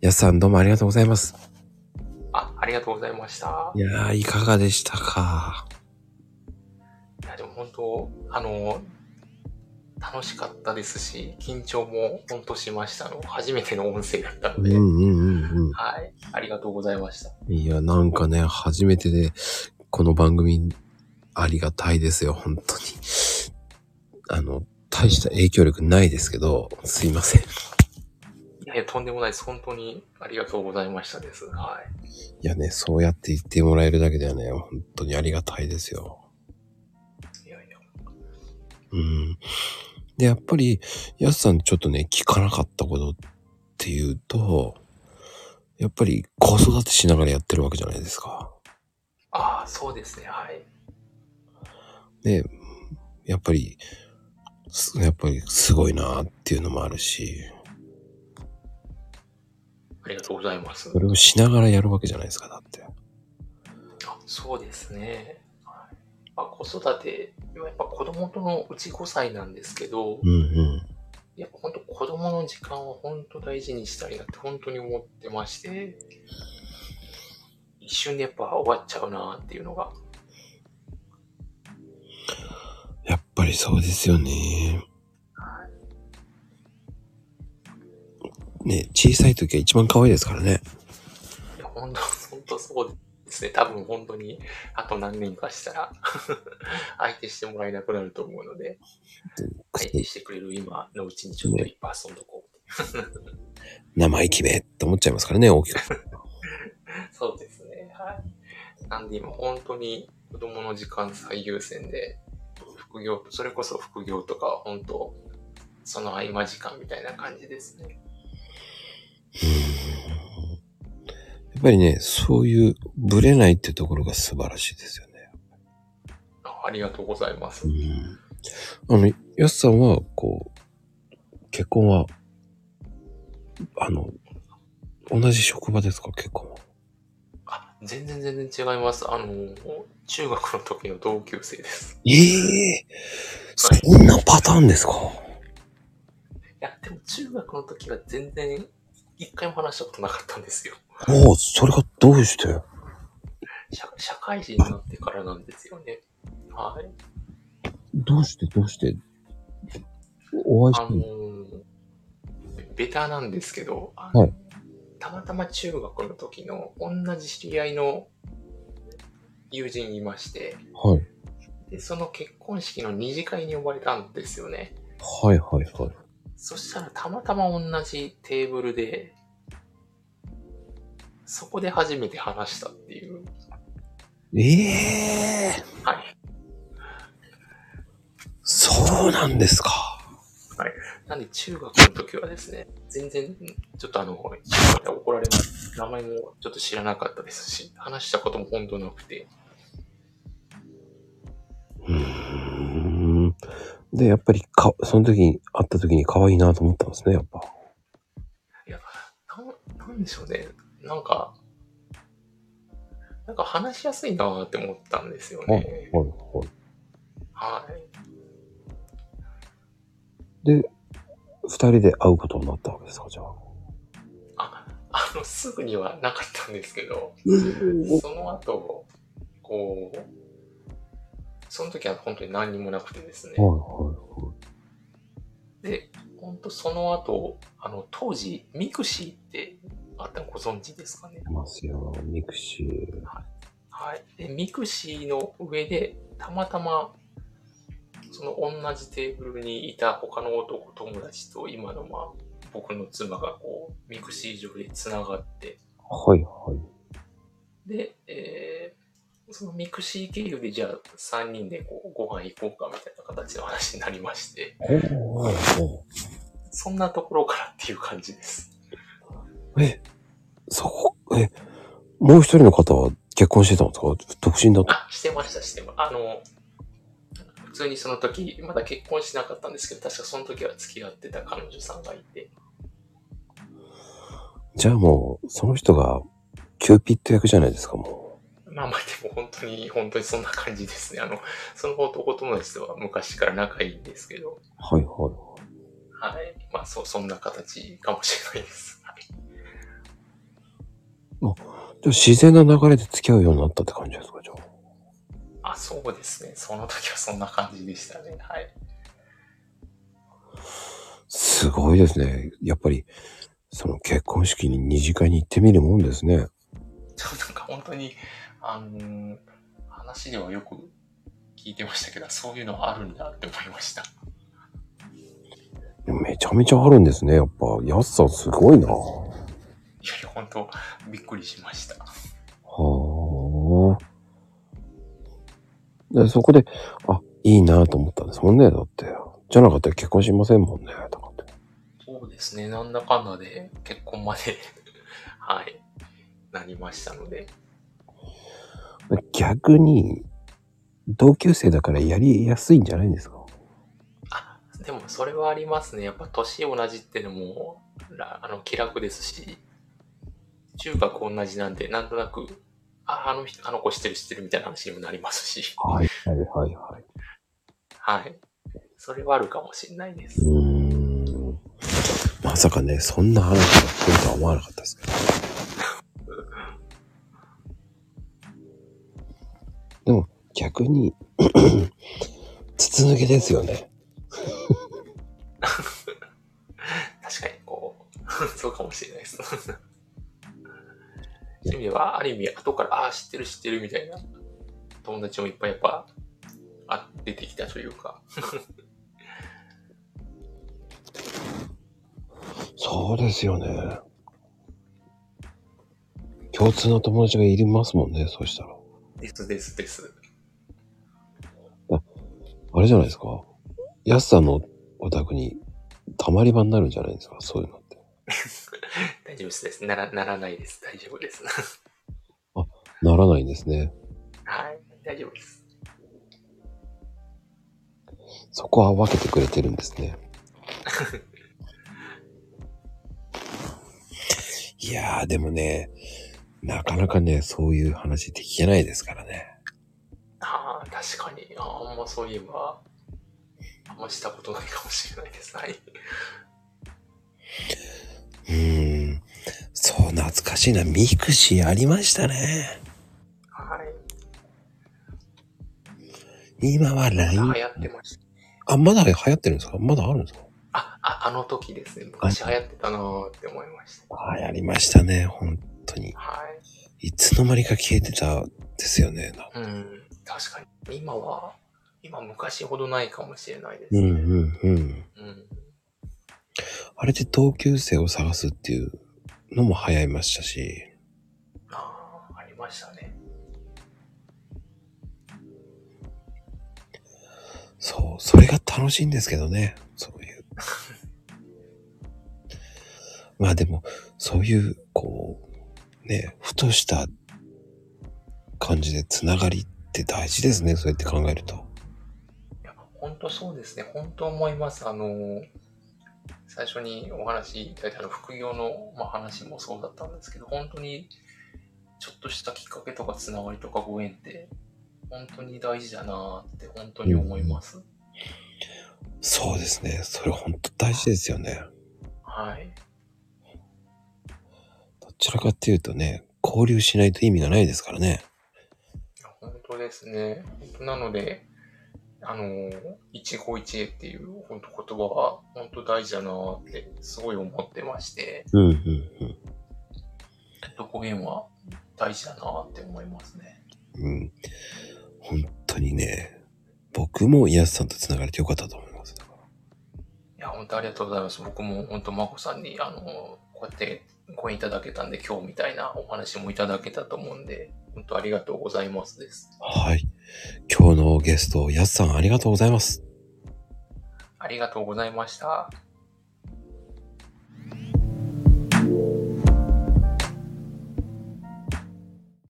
やすさんどうもありがとうございます。あ、ありがとうございましたい。やー、いかがでしたかいや、でも本当、あの、楽しかったですし、緊張も本当しましたの。初めての音声だっうたのんで、うんうんうはい。ありがとうございました。ん。いや、なんかね、初めてで、この番組、ありがたいですよ、本当に。あの、大した影響力ないですけど、すいません。いいやいや、とんでもないです。本当にありがとうございましたです。はい。やね、そうやって言ってもらえるだけではね、本当にありがたいですよ。いやいや。うん。で、やっぱり、やすさんちょっとね、聞かなかったことっていうと、やっぱり子育てしながらやってるわけじゃないですか。ああ、そうですね。はい。で、やっぱり、すやっぱりすごいなっていうのもあるし、ありがとうございます。それをしながらやるわけじゃないですか、だって。あそうですね。はいまあ、子育て、やっぱ子供とのうち5歳なんですけど、うんうん。やっぱ本当子供の時間を本当大事にしたいなって本当に思ってまして、一瞬でやっぱ終わっちゃうなっていうのが。やっぱりそうですよね。ね、小さい時は一番可愛いですからね。いや、本当、本当そうですね。多分本当に、あと何年かしたら、相手してもらえなくなると思うので、相手してくれる今のうちにちょっといっぱい遊んどこう。生意気めって思っちゃいますからね、大きく。そうですね。はい。なんで今本当に子供の時間最優先で、副業、それこそ副業とかは本当、その合間時間みたいな感じですね。うんやっぱりね、そういうブレないってところが素晴らしいですよね。あありがとうございます。あの、やすさんは、こう、結婚は、あの、同じ職場ですか、結婚は。あ、全然全然違います。あの、中学の時の同級生です。ええそんなパターンですか。いや、でも中学の時は全然一回も話したことなかったんですよ。おお、それがどうして社社会人になってからなんですよね。はい。どうしてどうしてお会いあしのてーベタなんですけど、あはいたまたま中学の時の同じ知り合いの友人いまして、はい。で、その結婚式の二次会に呼ばれたんですよね。はいはいはい。そしたらたまたま同じテーブルで、そこで初めて話したっていう。ええはい。そうなんですか。なんで中学の時はですね、全然、ちょっとあの、怒られます。名前もちょっと知らなかったですし、話したことも本当なくて。うーん。で、やっぱりか、その時に会った時に可愛いなと思ったんですね、やっぱ。なん、なんでしょうね。なんか、なんか話しやすいなーって思ったんですよね。はいはい。はい。で、二人で会うことになったわけですか、じゃあ。あ、あの、すぐにはなかったんですけど、その後、こう、その時は本当に何にもなくてですね。はで、本当その後、あの、当時、ミクシーってあったのご存知ですかねい。いますよ、ミクシー。はい。で、ミクシーの上で、たまたま、その同じテーブルにいた他の男友達と今のまあ、僕の妻がこう、ミクシー上で繋がって、はいはい。で、えーそのミクシー経由でじゃあ3人でこうご飯行こうかみたいな形の話になりまして、ほうほそんなところからっていう感じです。うえ、そこ、え、もう一人の方は結婚してたんですか独身だった。あ、してました、してました。あの、普通にその時、まだ結婚しなかったんですけど、確かその時は付き合ってた彼女さんがいて、じゃあもう、その人がキューピッド役じゃないですか、もまあまあでも本当に、 本当にそんな感じですね。あの、その男友達とは昔から仲いいんですけど、う。はいはいはい。はい。まあそう、そんな形かもしれないです。はいでも自然な流れで付き合うようになったって感じですか、じゃあ。あ、そうですね。その時はそんな感じでしたね。はい。すごいですね。やっぱり、その結婚式に二次会に行ってみるもんですね。ちょっとなんか本当に、あの話ではよく聞いてましたけど、そういうのあるんだって思いました。めちゃめちゃあるんですね。やっぱ、やっさんすごいな。いやいや、本当びっくりしました。はあ。で、そこで、あ、いいなと思ったんですもんね、だって。じゃなかったら結婚しませんもんね、とかって。そうですね。なんだかんだで結婚まで、 はい、なりましたので。で逆に、同級生だからやりやすいんじゃないんですかあ、でもそれはありますね。やっぱ年同じってのも、らあの、気楽ですし、中学同じなんで、なんとなく、あ、あの人、あの子知ってる知ってるみたいな話にもなりますし、 はい、はい、はい、はい。はい。それはあるかもしれないです。うーん。まさかね、そんな話が来るとは思わなかったですけど。でも、逆に、 筒抜けですよね。確かに、こう、 そうかもしれないです。 そういう意味では、ある意味、後から、ああー、知ってる知ってるみたいな、友達もいっぱいやっぱ、あ出てきたというか、そうですよね。共通の友達がいりますもんね、そうしたら。ですですです。あれじゃないですか。やすさんのお宅にたまり場になるんじゃないですか、そういうのって。大丈夫ですです。なら、ならないです。大丈夫です。ならないんですね。はい、大丈夫です。そこは分けてくれてるんですね。 いやー、でもね、なかなかね、そういう話って聞けないですからね。ああ、確かに。あーあんまそういえば、あんましたことないかもしれないです。はい。うーん。そう、懐かしいな。ミクシーありましたね。はい。今は流 LINE。行ってました。あ、まだ流行ってるんですかまだあるんですかあ、あ、あの時ですね。昔流行ってたなーって思いました。あやりましたね、本当に。はい。いつの間にか消えてたですよね。うん、確かに。今は、今昔ほどないかもしれないですうね。んうんうん。うんあれで同級生を探すっていうのも流行いましたし、ああ、ありましたね。そう、それが楽しいんですけどね、そういう。 まあでも、そういう、こう、ね、ふとした感じでつながりって大事ですね、そうやって考えると。いや、本当そうですね。本当思います。あのー、最初にお話いただいたあの副業の、まあ、話もそうだったんですけど、本当にちょっとしたきっかけとかつながりとかご縁って、本当に大事だなーって本当に思います。そうですね、それ本当大事ですよね。はい。どちらかっていうとね、交流しないと意味がないですからね。いや本当ですね。本当なので、あのー、一期一会っていう本当言葉は本当大事だなーってすごい思ってまして、うんうんどこへんは大事だなーって思いますね。うん。うん。本当にね、僕もヤスさんと繋がれてよかったと思います。だからいや、本当ありがとうございます。僕も本当まこさんに、あのー、こうやってご縁いただけたんで、今日みたいなお話もいただけたと思うんで、本当ありがとうございますです。はい。今日のゲスト、ヤスさんありがとうございます。ありがとうございました。